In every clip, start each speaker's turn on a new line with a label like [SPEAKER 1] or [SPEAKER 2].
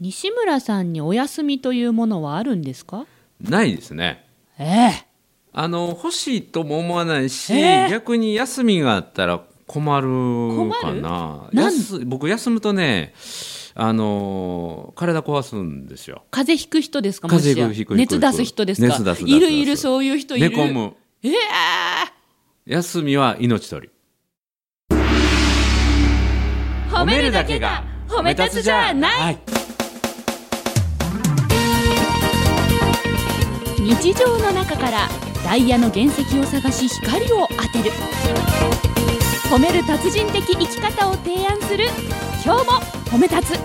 [SPEAKER 1] 西村さんにお休みというものはあるんですか
[SPEAKER 2] ないですね
[SPEAKER 1] ええ
[SPEAKER 2] あの欲しいとも思わないし、
[SPEAKER 1] えー
[SPEAKER 2] 逆に休みがあったら困るかな
[SPEAKER 1] るなん
[SPEAKER 2] 休僕休むとねあのー体壊すんですよ
[SPEAKER 1] 風邪ひく人ですかもしや
[SPEAKER 2] 風邪ひくひくひく
[SPEAKER 1] 熱出す人ですか
[SPEAKER 2] 熱出す
[SPEAKER 1] いるい
[SPEAKER 2] 出す出
[SPEAKER 1] る
[SPEAKER 2] す
[SPEAKER 1] そういう人い
[SPEAKER 2] 寝
[SPEAKER 1] る
[SPEAKER 2] 込む
[SPEAKER 1] ええ
[SPEAKER 2] 休みは命取り
[SPEAKER 1] 褒めるだけが褒め立つじゃない、
[SPEAKER 2] はい
[SPEAKER 1] 日常の中からダイヤの原石を探し光を当てる褒める達人的生き方を提案する今日も褒め立つ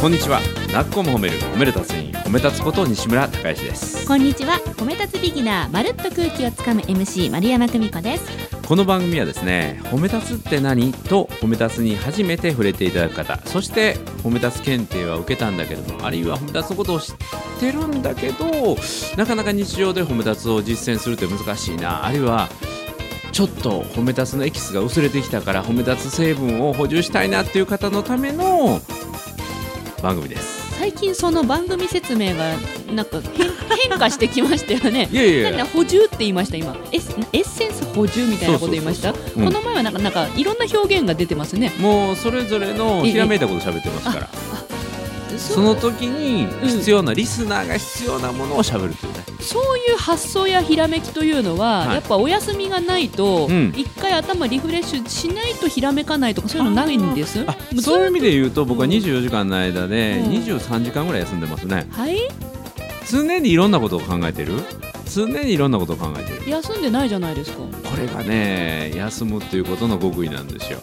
[SPEAKER 2] こんにちはなっこも褒める褒める達人褒め立つこと西村孝之です
[SPEAKER 1] こんにちは褒め立つビギナーまるっと空気をつかむ MC 丸山久美子です
[SPEAKER 2] この番組はですね褒め立つって何と褒め立つに初めて触れていただく方そして褒め立つ検定は受けたんだけれどもあるいは褒め立つのことを知ってるんだけどなかなか日常で褒め立つを実践するって難しいなあるいはちょっと褒め立つのエキスが薄れてきたから褒め立つ成分を補充したいなっていう方のための番組です。
[SPEAKER 1] 最近その番組説明がなんか変変化してきましたよね
[SPEAKER 2] いやいやい
[SPEAKER 1] 何だ
[SPEAKER 2] や
[SPEAKER 1] 補充って言いました今エッエッセンス補充みたいなこと言いました
[SPEAKER 2] そうそうそうそううん
[SPEAKER 1] この前はなんかなんかいろんな表現が出てますね
[SPEAKER 2] もうそれぞれのひらめいたこと喋ってますからその時に必要な、リスナーが必要なものを喋るっていうね。
[SPEAKER 1] そういう発想やひらめきというのは、
[SPEAKER 2] はい
[SPEAKER 1] やっぱお休みがないと
[SPEAKER 2] うん
[SPEAKER 1] 一、回頭リフレッシュしないとひらめかないとかそういうのないんです
[SPEAKER 2] あそういう意味で言うと僕は
[SPEAKER 1] うん
[SPEAKER 2] 24時間の間で
[SPEAKER 1] うん
[SPEAKER 2] 23時間ぐらい休んでますね
[SPEAKER 1] はい
[SPEAKER 2] 常にいろんなことを考えてる常にいろんなことを考えてる
[SPEAKER 1] 休んでないじゃないですか
[SPEAKER 2] これがね休むっていうことの極意なんですよ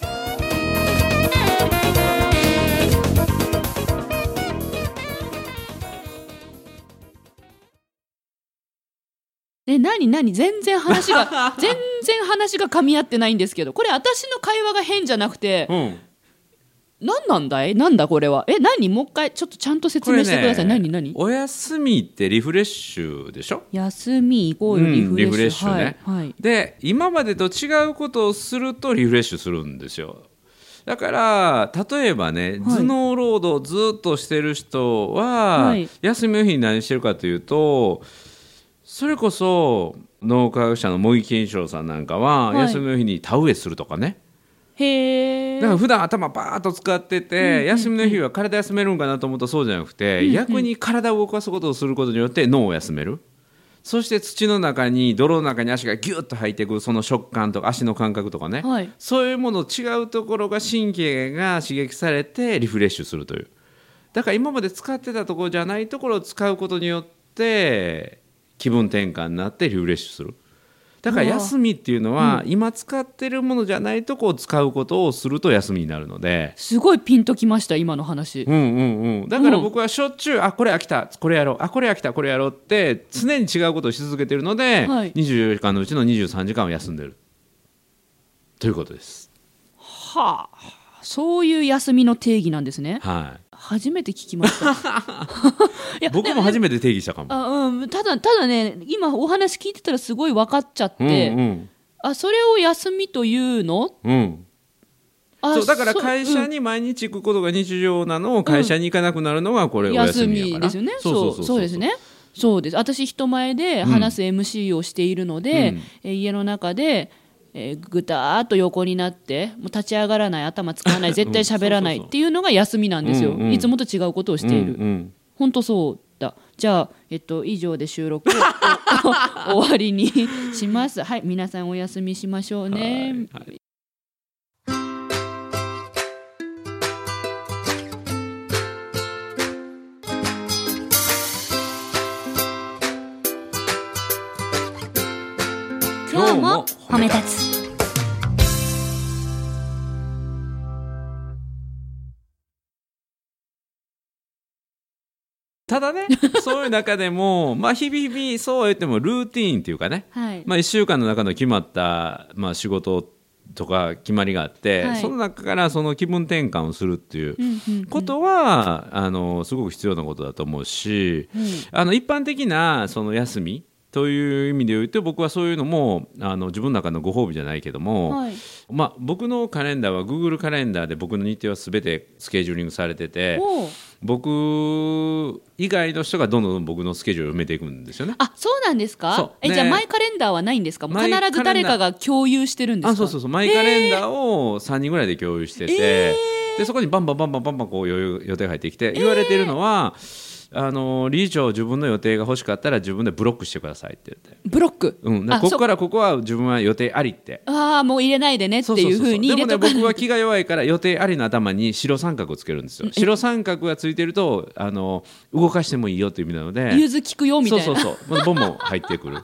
[SPEAKER 1] ね何何全然話が 全然話が噛み合ってないんですけどこれ私の会話が変じゃなくて
[SPEAKER 2] うん
[SPEAKER 1] 何なんだいなんだこれはえ何もう一回ちょっとちゃんと説
[SPEAKER 2] こ
[SPEAKER 1] 明
[SPEAKER 2] れ
[SPEAKER 1] してください、何
[SPEAKER 2] ね
[SPEAKER 1] 何
[SPEAKER 2] お休みってリフレッシュでしょ
[SPEAKER 1] 休みイコールリフレッシュ,、
[SPEAKER 2] うんリフレッシュね
[SPEAKER 1] はい、はい、
[SPEAKER 2] で今までと違うことをするとリフレッシュするんですよだから例えばね、
[SPEAKER 1] はい
[SPEAKER 2] 頭脳労働ずっとしてる人は、
[SPEAKER 1] はい
[SPEAKER 2] 休みの日に何してるかというとそれこそ脳科学者の茂木健一郎さんなんかは、
[SPEAKER 1] はい
[SPEAKER 2] 休みの日に田植えするとかね
[SPEAKER 1] へえ
[SPEAKER 2] だから普段頭バーッと使ってて、休みの日は体休めるんかなと思ったらそうじゃなくて、逆に体を動かすことをすることによって脳を休めるそして土の中に泥の中に足がギュッと入っていくその食感とか足の感覚とかね、
[SPEAKER 1] はい
[SPEAKER 2] そういうもの違うところが神経が刺激されてリフレッシュするというだから今まで使ってたところじゃないところを使うことによって気分転換になってリフレッシュするだから休みっていうのは今使ってるものじゃないとこを使うことをすると休みになるので。
[SPEAKER 1] すごいピンときました今の話、
[SPEAKER 2] うんうんうん、だから僕はしょっちゅう、あこれ飽きたこれやろうあこれ飽きたこれやろうって常に違うことをし続けてるので、
[SPEAKER 1] はい
[SPEAKER 2] 24時間のうちの23時間を休んでるということです。
[SPEAKER 1] はあそういう休みの定義なんですね
[SPEAKER 2] はい
[SPEAKER 1] 初めて聞きました いや
[SPEAKER 2] 僕も初めて定義したかも。
[SPEAKER 1] あ、うん、ただただね今お話聞いてたらすごい分かっちゃって、
[SPEAKER 2] うんうん
[SPEAKER 1] あそれを休みというの
[SPEAKER 2] うん、
[SPEAKER 1] あ
[SPEAKER 2] そうだから
[SPEAKER 1] そ
[SPEAKER 2] 会
[SPEAKER 1] うん
[SPEAKER 2] 社に毎日行くことが日常なのを会社に行かなくなるのがこれお休
[SPEAKER 1] 休
[SPEAKER 2] みや
[SPEAKER 1] み
[SPEAKER 2] から、
[SPEAKER 1] ですよね。そうそうですね。そうです。私人前で話す MC をしているので、
[SPEAKER 2] うん
[SPEAKER 1] えー家の中で。えーぐたーっと横になってもう立ち上がらない頭使 わない絶対喋らない
[SPEAKER 2] うんそうそうそう
[SPEAKER 1] っていうのが休みなんですよ、
[SPEAKER 2] うんうん
[SPEAKER 1] いつもと違うことをしている、
[SPEAKER 2] うんうん
[SPEAKER 1] ほんとそうだじゃあ、えっと、以上で収 録をお終わりにしますはい皆さんお休みしましょうね、
[SPEAKER 2] はいはい今日も褒め
[SPEAKER 1] 立つ
[SPEAKER 2] た だねそういう中でもまあ日々々そうは言ってもルーティーンっていうかね、
[SPEAKER 1] はい、
[SPEAKER 2] まあ、1週間の中の決まった、まあ、仕事とか決まりがあって、
[SPEAKER 1] はい
[SPEAKER 2] その中からその気分転換をするっていう
[SPEAKER 1] うんうんうん
[SPEAKER 2] ことは、あのすごく必要なことだと思うし、あの一般的なその休みという意味で言うと僕はそういうのもあの自分の中のご褒美じゃないけども、
[SPEAKER 1] はい
[SPEAKER 2] まあ、僕のカレンダーは Google カレンダーで僕の日程は全てスケジューリングされてて
[SPEAKER 1] おう
[SPEAKER 2] 僕以外の人がどんどん僕のスケジュールを埋めていくんですよね。
[SPEAKER 1] あそうなんです
[SPEAKER 2] そう
[SPEAKER 1] かえ、
[SPEAKER 2] ね
[SPEAKER 1] じゃあマイカレンダーはないんですかもう
[SPEAKER 2] マイ
[SPEAKER 1] 必
[SPEAKER 2] カレンダー
[SPEAKER 1] ず誰かが共有してるんですか
[SPEAKER 2] あそうそうそうマイカレンダーを3人ぐらいで共有してて、
[SPEAKER 1] え
[SPEAKER 2] でそこにバンバンバンバンバンバンこう予予定が入ってきて言われてるのは、あの理事長自分の予定が欲しかったら自分でブロックしてくださいって言って、
[SPEAKER 1] ブロック、
[SPEAKER 2] うん、だからここからここは自分は予定ありって。
[SPEAKER 1] ああもう入れないでねっていうふうに入れ
[SPEAKER 2] で
[SPEAKER 1] と
[SPEAKER 2] も
[SPEAKER 1] か
[SPEAKER 2] ね
[SPEAKER 1] ない
[SPEAKER 2] 僕は気が弱いから予定ありの頭に白三角をつけるんですよ白三角がついてるとあの動かしてもいいよという意味なので
[SPEAKER 1] 融通聞くよみたいな
[SPEAKER 2] そうそうそう、まあ、ボンボン入って くる。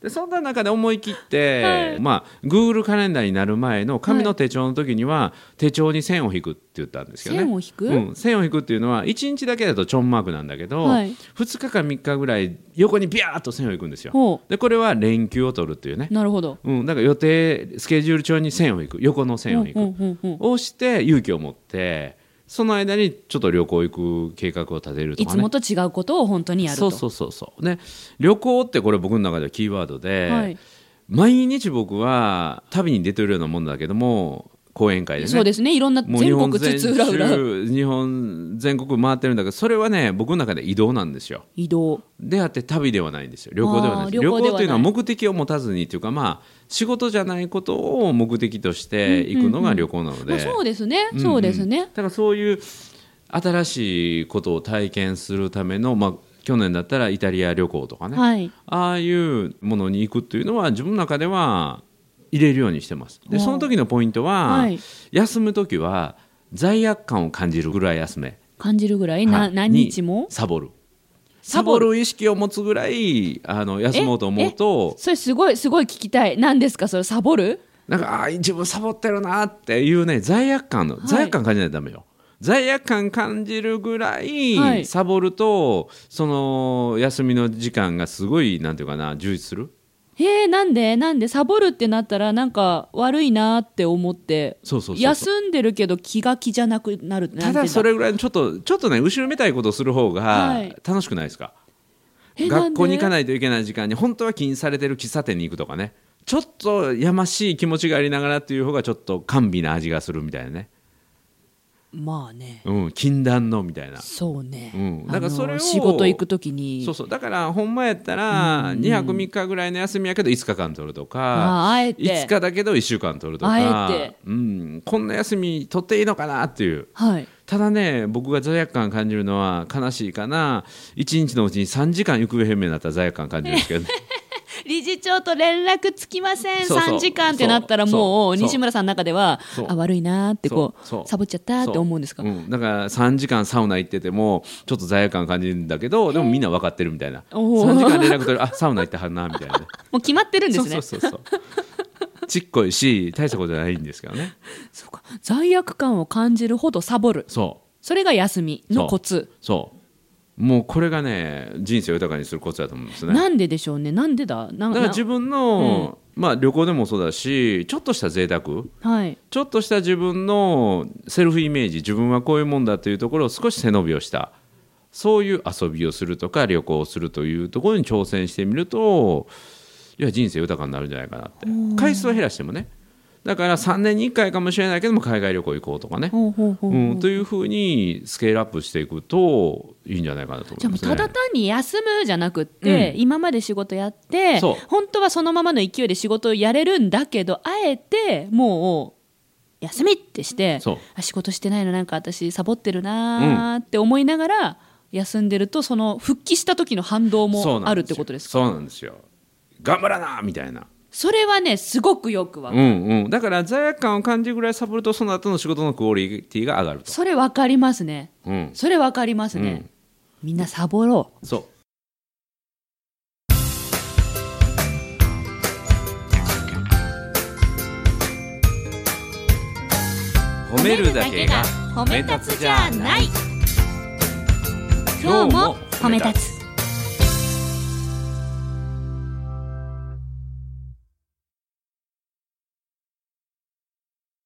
[SPEAKER 2] でそんな中で思い切って、まあ、Google カレンダーになる前の紙の手帳の時には、手帳に線を引くって言ったんですけどね
[SPEAKER 1] 線を引く
[SPEAKER 2] うん、線を引くっていうのは1日だけだとちょんまークなんだけど、
[SPEAKER 1] はい
[SPEAKER 2] 2日か3日ぐらい横にビャーっと線を引くんですよ
[SPEAKER 1] ほ
[SPEAKER 2] でこれは連休を取るっていうね、
[SPEAKER 1] なるほど
[SPEAKER 2] うん、だから予定スケジュール帳に線を引く横の線を引
[SPEAKER 1] う
[SPEAKER 2] く、
[SPEAKER 1] んうんうんうん
[SPEAKER 2] をして勇気を持ってその間にちょっと旅行行く計画を立てると
[SPEAKER 1] い
[SPEAKER 2] か
[SPEAKER 1] つ
[SPEAKER 2] ね
[SPEAKER 1] もと違うことを本当にやる
[SPEAKER 2] そ
[SPEAKER 1] と
[SPEAKER 2] うそうそうそうね旅行ってこれ僕の中ではキーワードで、
[SPEAKER 1] はい
[SPEAKER 2] 毎日僕は旅に出てるようなもんだけども講演会でね
[SPEAKER 1] そうですねいろんな
[SPEAKER 2] もう日
[SPEAKER 1] 全
[SPEAKER 2] 本
[SPEAKER 1] 国
[SPEAKER 2] 全
[SPEAKER 1] 津々浦々
[SPEAKER 2] 州日本全国回ってるんだけどそれはね僕の中で移動なんですよ
[SPEAKER 1] 移動
[SPEAKER 2] であって旅ではないんですよ旅行ではないんで
[SPEAKER 1] あー
[SPEAKER 2] す旅
[SPEAKER 1] 旅
[SPEAKER 2] 行
[SPEAKER 1] 行ではない
[SPEAKER 2] というのは目的を持たずにというかまあ仕事じゃないことを目的として行くのが旅行なので、
[SPEAKER 1] まあそうですねそうです
[SPEAKER 2] うん
[SPEAKER 1] ね
[SPEAKER 2] だからそういう新しいことを体験するための、まあ、去年だったらイタリア旅行とかね、
[SPEAKER 1] はい
[SPEAKER 2] ああいうものに行くっていうのは自分の中では入れるようにしてますで
[SPEAKER 1] はあ
[SPEAKER 2] その時のポイントは、
[SPEAKER 1] はい
[SPEAKER 2] 休む時は罪悪感を感じるぐらい休め
[SPEAKER 1] 感じるぐらいな
[SPEAKER 2] はい
[SPEAKER 1] 何日も
[SPEAKER 2] にサボるサ
[SPEAKER 1] サ
[SPEAKER 2] ボ
[SPEAKER 1] ボる
[SPEAKER 2] る意識を持つぐらいあの休もうと思うと
[SPEAKER 1] それすごいすごい聞きたい何ですかそれサボる
[SPEAKER 2] なんかあー自分サボってるなっていうね罪悪感の、
[SPEAKER 1] い
[SPEAKER 2] 罪悪感感じないとダメよ罪悪感感じるぐら
[SPEAKER 1] はいい
[SPEAKER 2] サボると、その休みの時間がすごいなんていうかな充実する
[SPEAKER 1] えー、なんでなんでサボるってなったらなんか悪いなーって思って
[SPEAKER 2] そうそうそう
[SPEAKER 1] 休んでるけど気が気じゃなくなる
[SPEAKER 2] ただそ
[SPEAKER 1] れ
[SPEAKER 2] れぐらいのちょっとちょっとね後ろめたいことをする方が
[SPEAKER 1] はい
[SPEAKER 2] 楽しくないですか、
[SPEAKER 1] えなんで
[SPEAKER 2] 学校に行かないといけない時間に本当は禁止されてる喫茶店に行くとかねちょっとやましい気持ちがありながらっていう方がちょっと甘美な味がするみたいなね、
[SPEAKER 1] まあね
[SPEAKER 2] うん、禁断のみたいな
[SPEAKER 1] そうね、
[SPEAKER 2] うん
[SPEAKER 1] あの
[SPEAKER 2] だからそれを
[SPEAKER 1] 仕事行くときに
[SPEAKER 2] そうそうだからほんまやったら2泊3日ぐらいの休みやけど5日間取るとか
[SPEAKER 1] あああえて
[SPEAKER 2] 5日だけど1週間取るとか
[SPEAKER 1] あえて
[SPEAKER 2] うん、こんな休み取っていいのかなっていう
[SPEAKER 1] はい
[SPEAKER 2] ただね僕が罪悪感感じるのは悲しいかな1日のうちに3時間行方不明になったら罪悪感感じるんで すけどね
[SPEAKER 1] 理事長と連絡つきません
[SPEAKER 2] そうそう
[SPEAKER 1] 3時間ってなったらもう
[SPEAKER 2] そうそう
[SPEAKER 1] 西村さんの中では
[SPEAKER 2] そう
[SPEAKER 1] あ悪いなーってこう
[SPEAKER 2] そうそう
[SPEAKER 1] サボっちゃったーって思うんですか
[SPEAKER 2] そん、だから3時間サウナ行っててもちょっと罪悪感感じるんだけどでもみんな分かってるみたいな
[SPEAKER 1] おー
[SPEAKER 2] 3時間連絡取るあサウナ行ってはんなみたいなね
[SPEAKER 1] もう決まって るんですねそう
[SPEAKER 2] そうそうそうそうちっこいし大したことじゃないんですけどね
[SPEAKER 1] か罪悪感を感じるほどサボる
[SPEAKER 2] そう
[SPEAKER 1] それが休みのコツ
[SPEAKER 2] そうもうこれがね人生を豊かにするコツだと思うんですね
[SPEAKER 1] なんででしょうねなんでだな
[SPEAKER 2] だ
[SPEAKER 1] ん
[SPEAKER 2] から
[SPEAKER 1] な
[SPEAKER 2] 自分の、まあ、旅行でもそうだしちょっとした贅沢
[SPEAKER 1] はい
[SPEAKER 2] ちょっとした自分のセルフイメージ自分はこういうもんだというところを少し背伸びをしたそういう遊びをするとか旅行をするというところに挑戦してみるといや人生豊かになるんじゃないかなって回数は減らしてもねだから3年に1回かもしれないけども海外旅行行こうとかね、
[SPEAKER 1] ほうほうほうほう
[SPEAKER 2] うん、というふうにスケールアップしていくといいんじゃないかなと思
[SPEAKER 1] じゃあも
[SPEAKER 2] いま
[SPEAKER 1] う
[SPEAKER 2] す、
[SPEAKER 1] た
[SPEAKER 2] ね、
[SPEAKER 1] だ単に休むじゃなくって、今まで仕事やって
[SPEAKER 2] そう
[SPEAKER 1] 本当はそのままの勢いで仕事をやれるんだけどあえてもう休みってして
[SPEAKER 2] そう
[SPEAKER 1] あ仕事してないのなんか私サボってるなーって思いながら休んでるとその復帰した時の反動
[SPEAKER 2] そ
[SPEAKER 1] も
[SPEAKER 2] うなん
[SPEAKER 1] あるってことですか
[SPEAKER 2] よそうなんですよ頑張らなみたいな
[SPEAKER 1] それはねすごくよくわかる、
[SPEAKER 2] うんうんだから罪悪感を感じるぐらいサボるとその後の仕事のクオリティが上がると
[SPEAKER 1] それわかりますね
[SPEAKER 2] うん
[SPEAKER 1] それわかりますね、
[SPEAKER 2] うん
[SPEAKER 1] みんなサボろう
[SPEAKER 2] そう褒めるだけが
[SPEAKER 1] 褒
[SPEAKER 2] め立つじゃない今日も褒め立
[SPEAKER 1] つ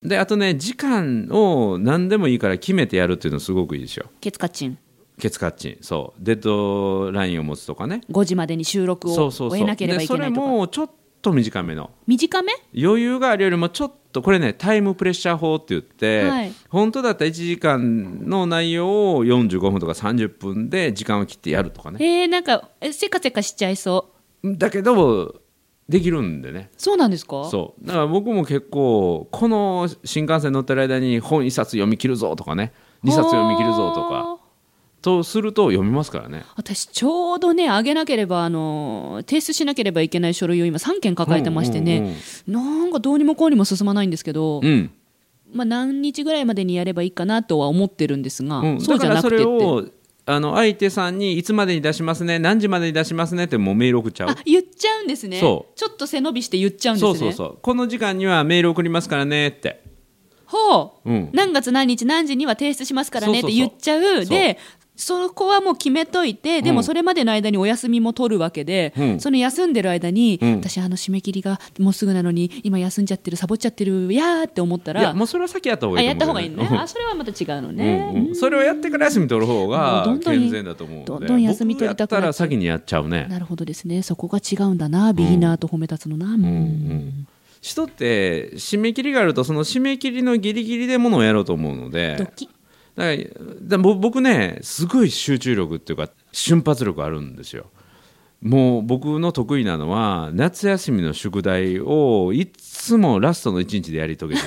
[SPEAKER 2] であとね時間を何でもいいから決めてやるっていうのすごくいいですよ
[SPEAKER 1] ケツカチン
[SPEAKER 2] ケツカッチンそうデッドラインを持つとかね
[SPEAKER 1] 5時までに収録
[SPEAKER 2] そ
[SPEAKER 1] を
[SPEAKER 2] うそう
[SPEAKER 1] 終
[SPEAKER 2] そう
[SPEAKER 1] えなければ
[SPEAKER 2] で
[SPEAKER 1] いけ
[SPEAKER 2] そ
[SPEAKER 1] な
[SPEAKER 2] れ
[SPEAKER 1] いとか
[SPEAKER 2] もちょっと短めの
[SPEAKER 1] 短め
[SPEAKER 2] 余裕があるよりもちょっとこれねタイムプレッシャー法って言って、
[SPEAKER 1] はい
[SPEAKER 2] 本当だったら1時間の内容を45分とか30分で時間を切ってやるとかね
[SPEAKER 1] えー、なんかえせかせかしちゃいそう
[SPEAKER 2] だけどできるんでね
[SPEAKER 1] そうなんですか
[SPEAKER 2] そうだから僕も結構この新幹線乗ってる間に本1冊読み切るぞとかね2冊読み切るぞとか
[SPEAKER 1] あー
[SPEAKER 2] とすると読みますからね
[SPEAKER 1] 私ちょうどねあげなければあのー提出しなければいけない書類を今3件抱えてましてね、
[SPEAKER 2] うんうん
[SPEAKER 1] なんかどうにもこうにも進まないんですけど、
[SPEAKER 2] うん
[SPEAKER 1] まあ、何日ぐらいまでにやればいいかなとは思ってるんですが、
[SPEAKER 2] うん、
[SPEAKER 1] そう
[SPEAKER 2] だ
[SPEAKER 1] じ
[SPEAKER 2] か
[SPEAKER 1] ゃ
[SPEAKER 2] ら
[SPEAKER 1] な
[SPEAKER 2] そ
[SPEAKER 1] くてっ
[SPEAKER 2] れ
[SPEAKER 1] て
[SPEAKER 2] をあの相手さんにいつまでに出しますね何時までに出しますねってもうメール送っちゃう
[SPEAKER 1] あ言っちゃうんですね
[SPEAKER 2] そう
[SPEAKER 1] ちょっと背伸びして言っちゃうんです
[SPEAKER 2] そ
[SPEAKER 1] ね
[SPEAKER 2] うそうそうこの時間にはメール送りますからねって
[SPEAKER 1] ほう、
[SPEAKER 2] うん
[SPEAKER 1] 何月何日何時には提出しますからねっ
[SPEAKER 2] そう
[SPEAKER 1] て
[SPEAKER 2] そ
[SPEAKER 1] 言
[SPEAKER 2] うそう
[SPEAKER 1] っちゃうでそこはもう決めといてで
[SPEAKER 2] う
[SPEAKER 1] も
[SPEAKER 2] ん
[SPEAKER 1] それまでの間にお休みも取るわけで、
[SPEAKER 2] うん
[SPEAKER 1] その休んでる間に、
[SPEAKER 2] うん
[SPEAKER 1] 私あの締め切りがもうすぐなのに今休んじゃってるサボっちゃってるやーって思った
[SPEAKER 2] いや
[SPEAKER 1] ら
[SPEAKER 2] もうそれは先やった方が
[SPEAKER 1] あ
[SPEAKER 2] いい
[SPEAKER 1] やった
[SPEAKER 2] と
[SPEAKER 1] 方
[SPEAKER 2] 思う
[SPEAKER 1] がい
[SPEAKER 2] け
[SPEAKER 1] い
[SPEAKER 2] ど
[SPEAKER 1] のね、あそれはまた違うのね、
[SPEAKER 2] うんうんそれをやってから休み取る方が
[SPEAKER 1] もうどんどん
[SPEAKER 2] 健全だと思うので
[SPEAKER 1] どんどん休み取りたくなっちゃう
[SPEAKER 2] 僕やったら先にやっちゃうね
[SPEAKER 1] なるほどですねそこが違うんだなビギナーと褒め立つのな、うん
[SPEAKER 2] 人って締め切りがあるとその締め切りのギリギリでものをやろうと思うので
[SPEAKER 1] ドキ
[SPEAKER 2] だからだぼ僕ねすごい集中力っていうか瞬発力あるんですよもう僕の得意なのは夏休みの宿題をいつもラストの一日でやり遂げて る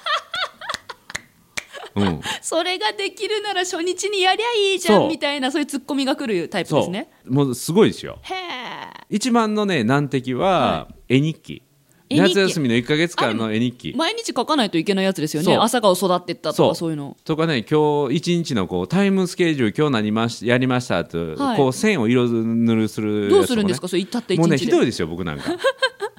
[SPEAKER 2] っていううん
[SPEAKER 1] それができるなら初日にやりゃいいじゃ
[SPEAKER 2] そ
[SPEAKER 1] ん
[SPEAKER 2] う
[SPEAKER 1] みたいなそういうツッコミが来るタイプ
[SPEAKER 2] そう
[SPEAKER 1] ですね
[SPEAKER 2] もうすごいですよ
[SPEAKER 1] へ
[SPEAKER 2] 一番のね難敵は絵日記、
[SPEAKER 1] 絵日記
[SPEAKER 2] 夏休みの1か月間の絵日
[SPEAKER 1] え
[SPEAKER 2] 記
[SPEAKER 1] 毎日書かないといけないやつですよ
[SPEAKER 2] そ
[SPEAKER 1] ね
[SPEAKER 2] う
[SPEAKER 1] 朝顔育ってったと
[SPEAKER 2] そ
[SPEAKER 1] か
[SPEAKER 2] う
[SPEAKER 1] そういうの
[SPEAKER 2] とかね今日一日のこうタイムスケジュール今日何ましやりましたと、
[SPEAKER 1] はい
[SPEAKER 2] こう線を色塗るするやつとかね
[SPEAKER 1] どうするんですかそれたった一
[SPEAKER 2] もうね
[SPEAKER 1] 日
[SPEAKER 2] ひ
[SPEAKER 1] で
[SPEAKER 2] どいですよ僕な んか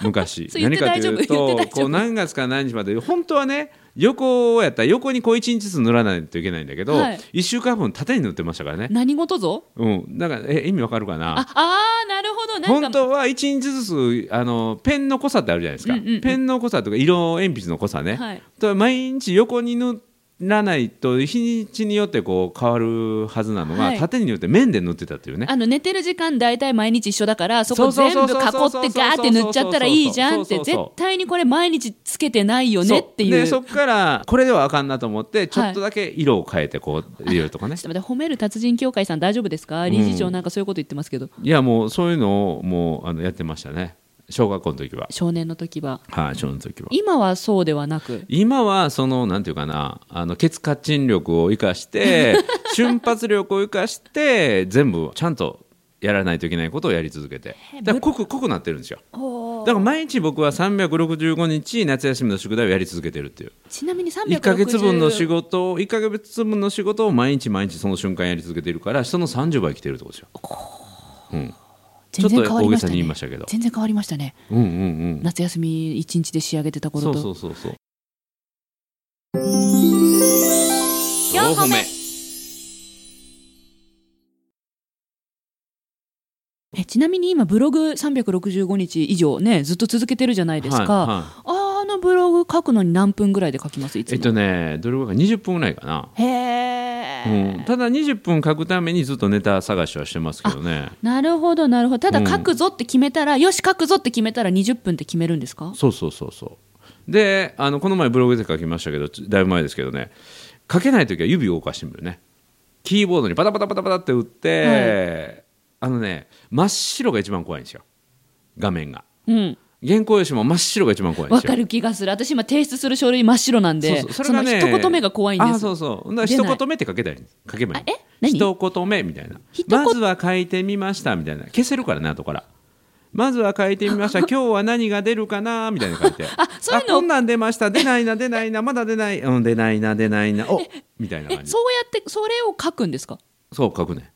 [SPEAKER 2] 昔
[SPEAKER 1] それ言って
[SPEAKER 2] 何かと
[SPEAKER 1] 大丈夫
[SPEAKER 2] い
[SPEAKER 1] 言
[SPEAKER 2] う
[SPEAKER 1] っ
[SPEAKER 2] と
[SPEAKER 1] て大丈夫
[SPEAKER 2] こう何月から何日まで本当はね横やったら横にこう1日ずつ塗らないといけないんだけど、
[SPEAKER 1] はい
[SPEAKER 2] 1週間分縦に塗ってましたからね、
[SPEAKER 1] 何事ぞ
[SPEAKER 2] うん、だからえ意味わかるかな
[SPEAKER 1] ああーなるほどなんか
[SPEAKER 2] 本当は1日ずつあのペンの濃さってあるじゃないですか、
[SPEAKER 1] うんうんうん
[SPEAKER 2] ペンの濃さとか色鉛筆の濃さね、
[SPEAKER 1] はい
[SPEAKER 2] と毎日横に塗らないと日にちによってこう変わるはずなのが、
[SPEAKER 1] はい
[SPEAKER 2] 縦に塗って面で塗ってたっていうね
[SPEAKER 1] あの寝てる時間大体毎日一緒だからそこ
[SPEAKER 2] そうそ
[SPEAKER 1] 全
[SPEAKER 2] う
[SPEAKER 1] 部囲
[SPEAKER 2] そう
[SPEAKER 1] って
[SPEAKER 2] そう
[SPEAKER 1] ガーって塗っちゃったらいいじゃんって
[SPEAKER 2] そうそうそうそう
[SPEAKER 1] 絶対にこれ毎日つけてないよねっていう
[SPEAKER 2] そうでそこからこれではあかんなと思ってちょっとだけ色を変えてこう入れるとかね、
[SPEAKER 1] ちょっと待って褒める達人協会さん大丈夫ですか理事長なんかそういうこと言ってますけど、
[SPEAKER 2] い、やもうそういうのをもうあのやってましたね小学校の時は
[SPEAKER 1] 少年の時は
[SPEAKER 2] はい小の時は
[SPEAKER 1] 今はそうではなく
[SPEAKER 2] 今はそのなんていうかなあのケツカッチン力を生かして 瞬発力を生かして全部ちゃんとやらないといけないことをやり続けてだから濃く濃くなってるんですよだから毎日僕は365日夏休みの宿題をやり続けてるっていう
[SPEAKER 1] ちなみに360
[SPEAKER 2] 1か月分の仕事を1か月分の仕事を毎日毎日その瞬間やり続けているからその30倍来てるってことですよ、
[SPEAKER 1] 全
[SPEAKER 2] ちょ
[SPEAKER 1] 然
[SPEAKER 2] っ
[SPEAKER 1] 変
[SPEAKER 2] と
[SPEAKER 1] わ
[SPEAKER 2] 大
[SPEAKER 1] り
[SPEAKER 2] げ
[SPEAKER 1] ました
[SPEAKER 2] さに
[SPEAKER 1] ね
[SPEAKER 2] 言いましたけど
[SPEAKER 1] 全然変わりましたね
[SPEAKER 2] うんうん
[SPEAKER 1] 夏休み1日で仕上げてた
[SPEAKER 2] うん
[SPEAKER 1] 頃
[SPEAKER 2] そ
[SPEAKER 1] と
[SPEAKER 2] うそうそうそう
[SPEAKER 1] 4個目えちなみに今ブログ365日以上ねずっと続けてるじゃないですか、
[SPEAKER 2] はいはい
[SPEAKER 1] あのブログ書くのに何分ぐらいで書きますいつも、
[SPEAKER 2] えっとねどれぐらいか20分ぐらいかな
[SPEAKER 1] へえ、
[SPEAKER 2] うん、ただ20分書くためにずっとネタ探しはしてますけどね
[SPEAKER 1] なるほどなるほどた
[SPEAKER 2] う
[SPEAKER 1] だ
[SPEAKER 2] ん
[SPEAKER 1] 書くぞって決めたら、よし書くぞって決めたら20分って決めるんですか
[SPEAKER 2] そうそうそうそうであのこの前ブログで書きましたけどちだいぶ前ですけどね書けない時は指を動かしてみるねキーボードにパタパタパタパタって打って、あのね真っ白が一番怖いんですよ画面が
[SPEAKER 1] うん
[SPEAKER 2] 原稿用紙も真っ白が一番怖いんで
[SPEAKER 1] わ
[SPEAKER 2] すよ
[SPEAKER 1] かる気がする私今提出する書類真っ白なんで
[SPEAKER 2] そうそうそれがね
[SPEAKER 1] の一言目が怖いんです
[SPEAKER 2] あそうそうだから
[SPEAKER 1] 出ない
[SPEAKER 2] 一言目って書けたらいいんです書けばいい
[SPEAKER 1] あえ何
[SPEAKER 2] 一言目みたいな
[SPEAKER 1] 一言
[SPEAKER 2] まずは書いてみましたみたいな消せるからね後からまずは書いてみました 今日は何が出るかなみたいな書いて
[SPEAKER 1] あそういうの
[SPEAKER 2] あこんなん出ました出ないな出ないなまだ出ないうん出ないな出ないなおみたいな
[SPEAKER 1] え
[SPEAKER 2] 感じ
[SPEAKER 1] そうやってそれを書くんですか
[SPEAKER 2] そう書くね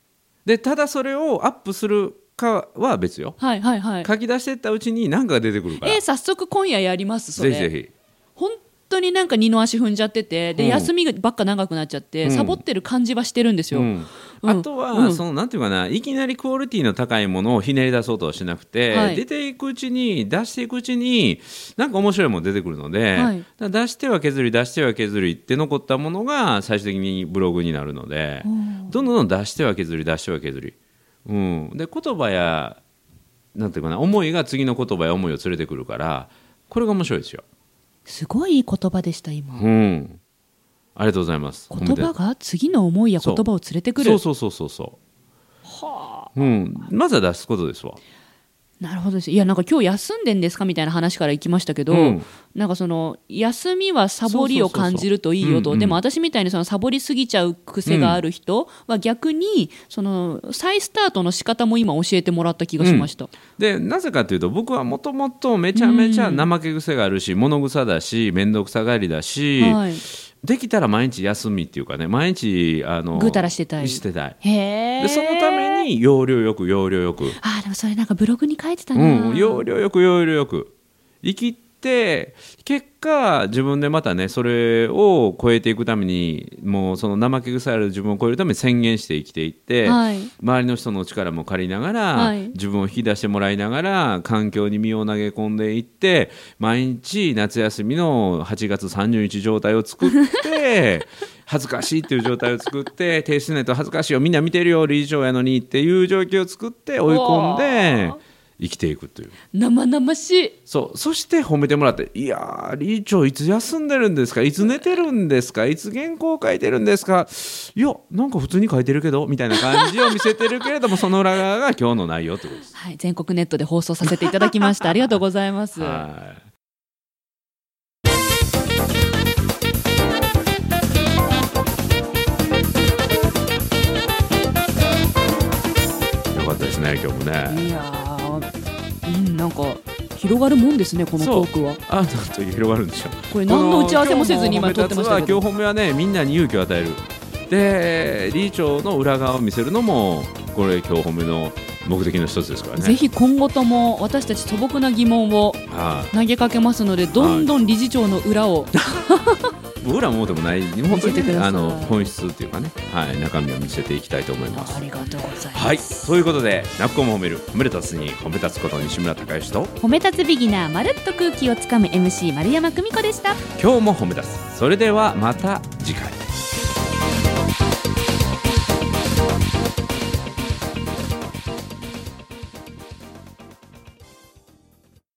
[SPEAKER 2] でただそれをアップするかは別よ
[SPEAKER 1] はいはいはい
[SPEAKER 2] 書き出してったうちに何かが出てくるから
[SPEAKER 1] えー早速今夜やりますそれ
[SPEAKER 2] ぜひぜひ
[SPEAKER 1] 本当当になんか二の足踏んじゃっててで、
[SPEAKER 2] うん
[SPEAKER 1] 休みばっか長くなっちゃって、
[SPEAKER 2] うん
[SPEAKER 1] サボってる感じはしてるんですよ。
[SPEAKER 2] うん
[SPEAKER 1] うん
[SPEAKER 2] あとは、
[SPEAKER 1] うん
[SPEAKER 2] そのなんていうかないきなりクオリティの高いものをひねり出そうとはしなくて、
[SPEAKER 1] はい
[SPEAKER 2] 出ていくうちに出していくうちになんか面白いもの出てくるので、
[SPEAKER 1] はい
[SPEAKER 2] だから出しては削り出しては削りって残ったものが最終的にブログになるので、どんどんどんどん出しては削り出しては削り、うん、で言葉やなんていうかな思いが次の言葉や思いを連れてくるからこれが面白いですよ。
[SPEAKER 1] すごいいい言葉でした今、
[SPEAKER 2] うん、ありがとうございます。
[SPEAKER 1] 言葉が次の思いや言葉を連れてくる
[SPEAKER 2] そうそうそうそうそう。うん、まずは出すことですわ。
[SPEAKER 1] なるほどですいやなんか今日休んでんですかみたいな話から行きましたけど、
[SPEAKER 2] うん
[SPEAKER 1] なんかその休みはサボりを感じるといいよ
[SPEAKER 2] そうそうそうそう
[SPEAKER 1] と
[SPEAKER 2] うんうん
[SPEAKER 1] でも私みたいにそのサボりすぎちゃう癖がある人は逆にその再スタートの仕方も今教えてもらった気がしました、
[SPEAKER 2] でなぜかというと僕はもともとめちゃめちゃ怠け癖があるし、物臭だし面倒くさがりだし、
[SPEAKER 1] はい、
[SPEAKER 2] できたら毎日休みっていうかね毎日あの
[SPEAKER 1] ぐうたらしてたい
[SPEAKER 2] してたい
[SPEAKER 1] へえ
[SPEAKER 2] でそのために要領よく要領よく、
[SPEAKER 1] あーでもそれなんかブログに書いてたな、
[SPEAKER 2] うん、要領よく要領よく生きて結果自分でまたねそれを超えていくためにもうその怠け癖ある自分を超えるために宣言して生きていって、
[SPEAKER 1] はい
[SPEAKER 2] 周りの人の力も借りながら、
[SPEAKER 1] はい
[SPEAKER 2] 自分を引き出してもらいながら環境に身を投げ込んでいって毎日夏休みの8月30日状態を作って 恥ずかしいっていう状態を作って停止しないと恥ずかしいよみんな見てるよ理事長やのにっていう状況を作って追い込んで生きていくという
[SPEAKER 1] 生々しい
[SPEAKER 2] そうそして褒めてもらって「いやー理事長いつ休んでるんですかいつ寝てるんですかいつ原稿書いてるんですかいやなんか普通に書いてるけど」みたいな感じを見せてるけれどもその裏側が今日の内容ってことです。
[SPEAKER 1] はい、全国ネットで放送させていただきました。ありがとうございます。
[SPEAKER 2] はいよかったですね今日もね。
[SPEAKER 1] いやー、うん、なんか広がるもんですね、この
[SPEAKER 2] そ
[SPEAKER 1] ト
[SPEAKER 2] う
[SPEAKER 1] ークは。
[SPEAKER 2] あなんと広がるんでしょう。
[SPEAKER 1] これ何の打ち合わせもせずに今撮ってましたけ
[SPEAKER 2] 今
[SPEAKER 1] ど。
[SPEAKER 2] 日本目はねみんなに勇気を与えるで理事長の裏側を見せるのもこれ今日本目の目的の一つですからね
[SPEAKER 1] ぜひ今後とも私たち素朴な疑問を
[SPEAKER 2] は
[SPEAKER 1] 投げかけますので、どんどん理事長の裏を、
[SPEAKER 2] い裏も表もない本当
[SPEAKER 1] 見せて
[SPEAKER 2] に
[SPEAKER 1] ください
[SPEAKER 2] あの本質っていうかね、はい、中身を見せていきたいと思いま
[SPEAKER 1] あ
[SPEAKER 2] す
[SPEAKER 1] りがとうございます。
[SPEAKER 2] はいということで「ナッコも褒める褒め立つに褒め立つこと西村孝之と
[SPEAKER 1] 褒め立つビギナーまるっと空気をつかむ MC 丸山久美子でした。
[SPEAKER 2] 今日も褒め立つそれではまた次回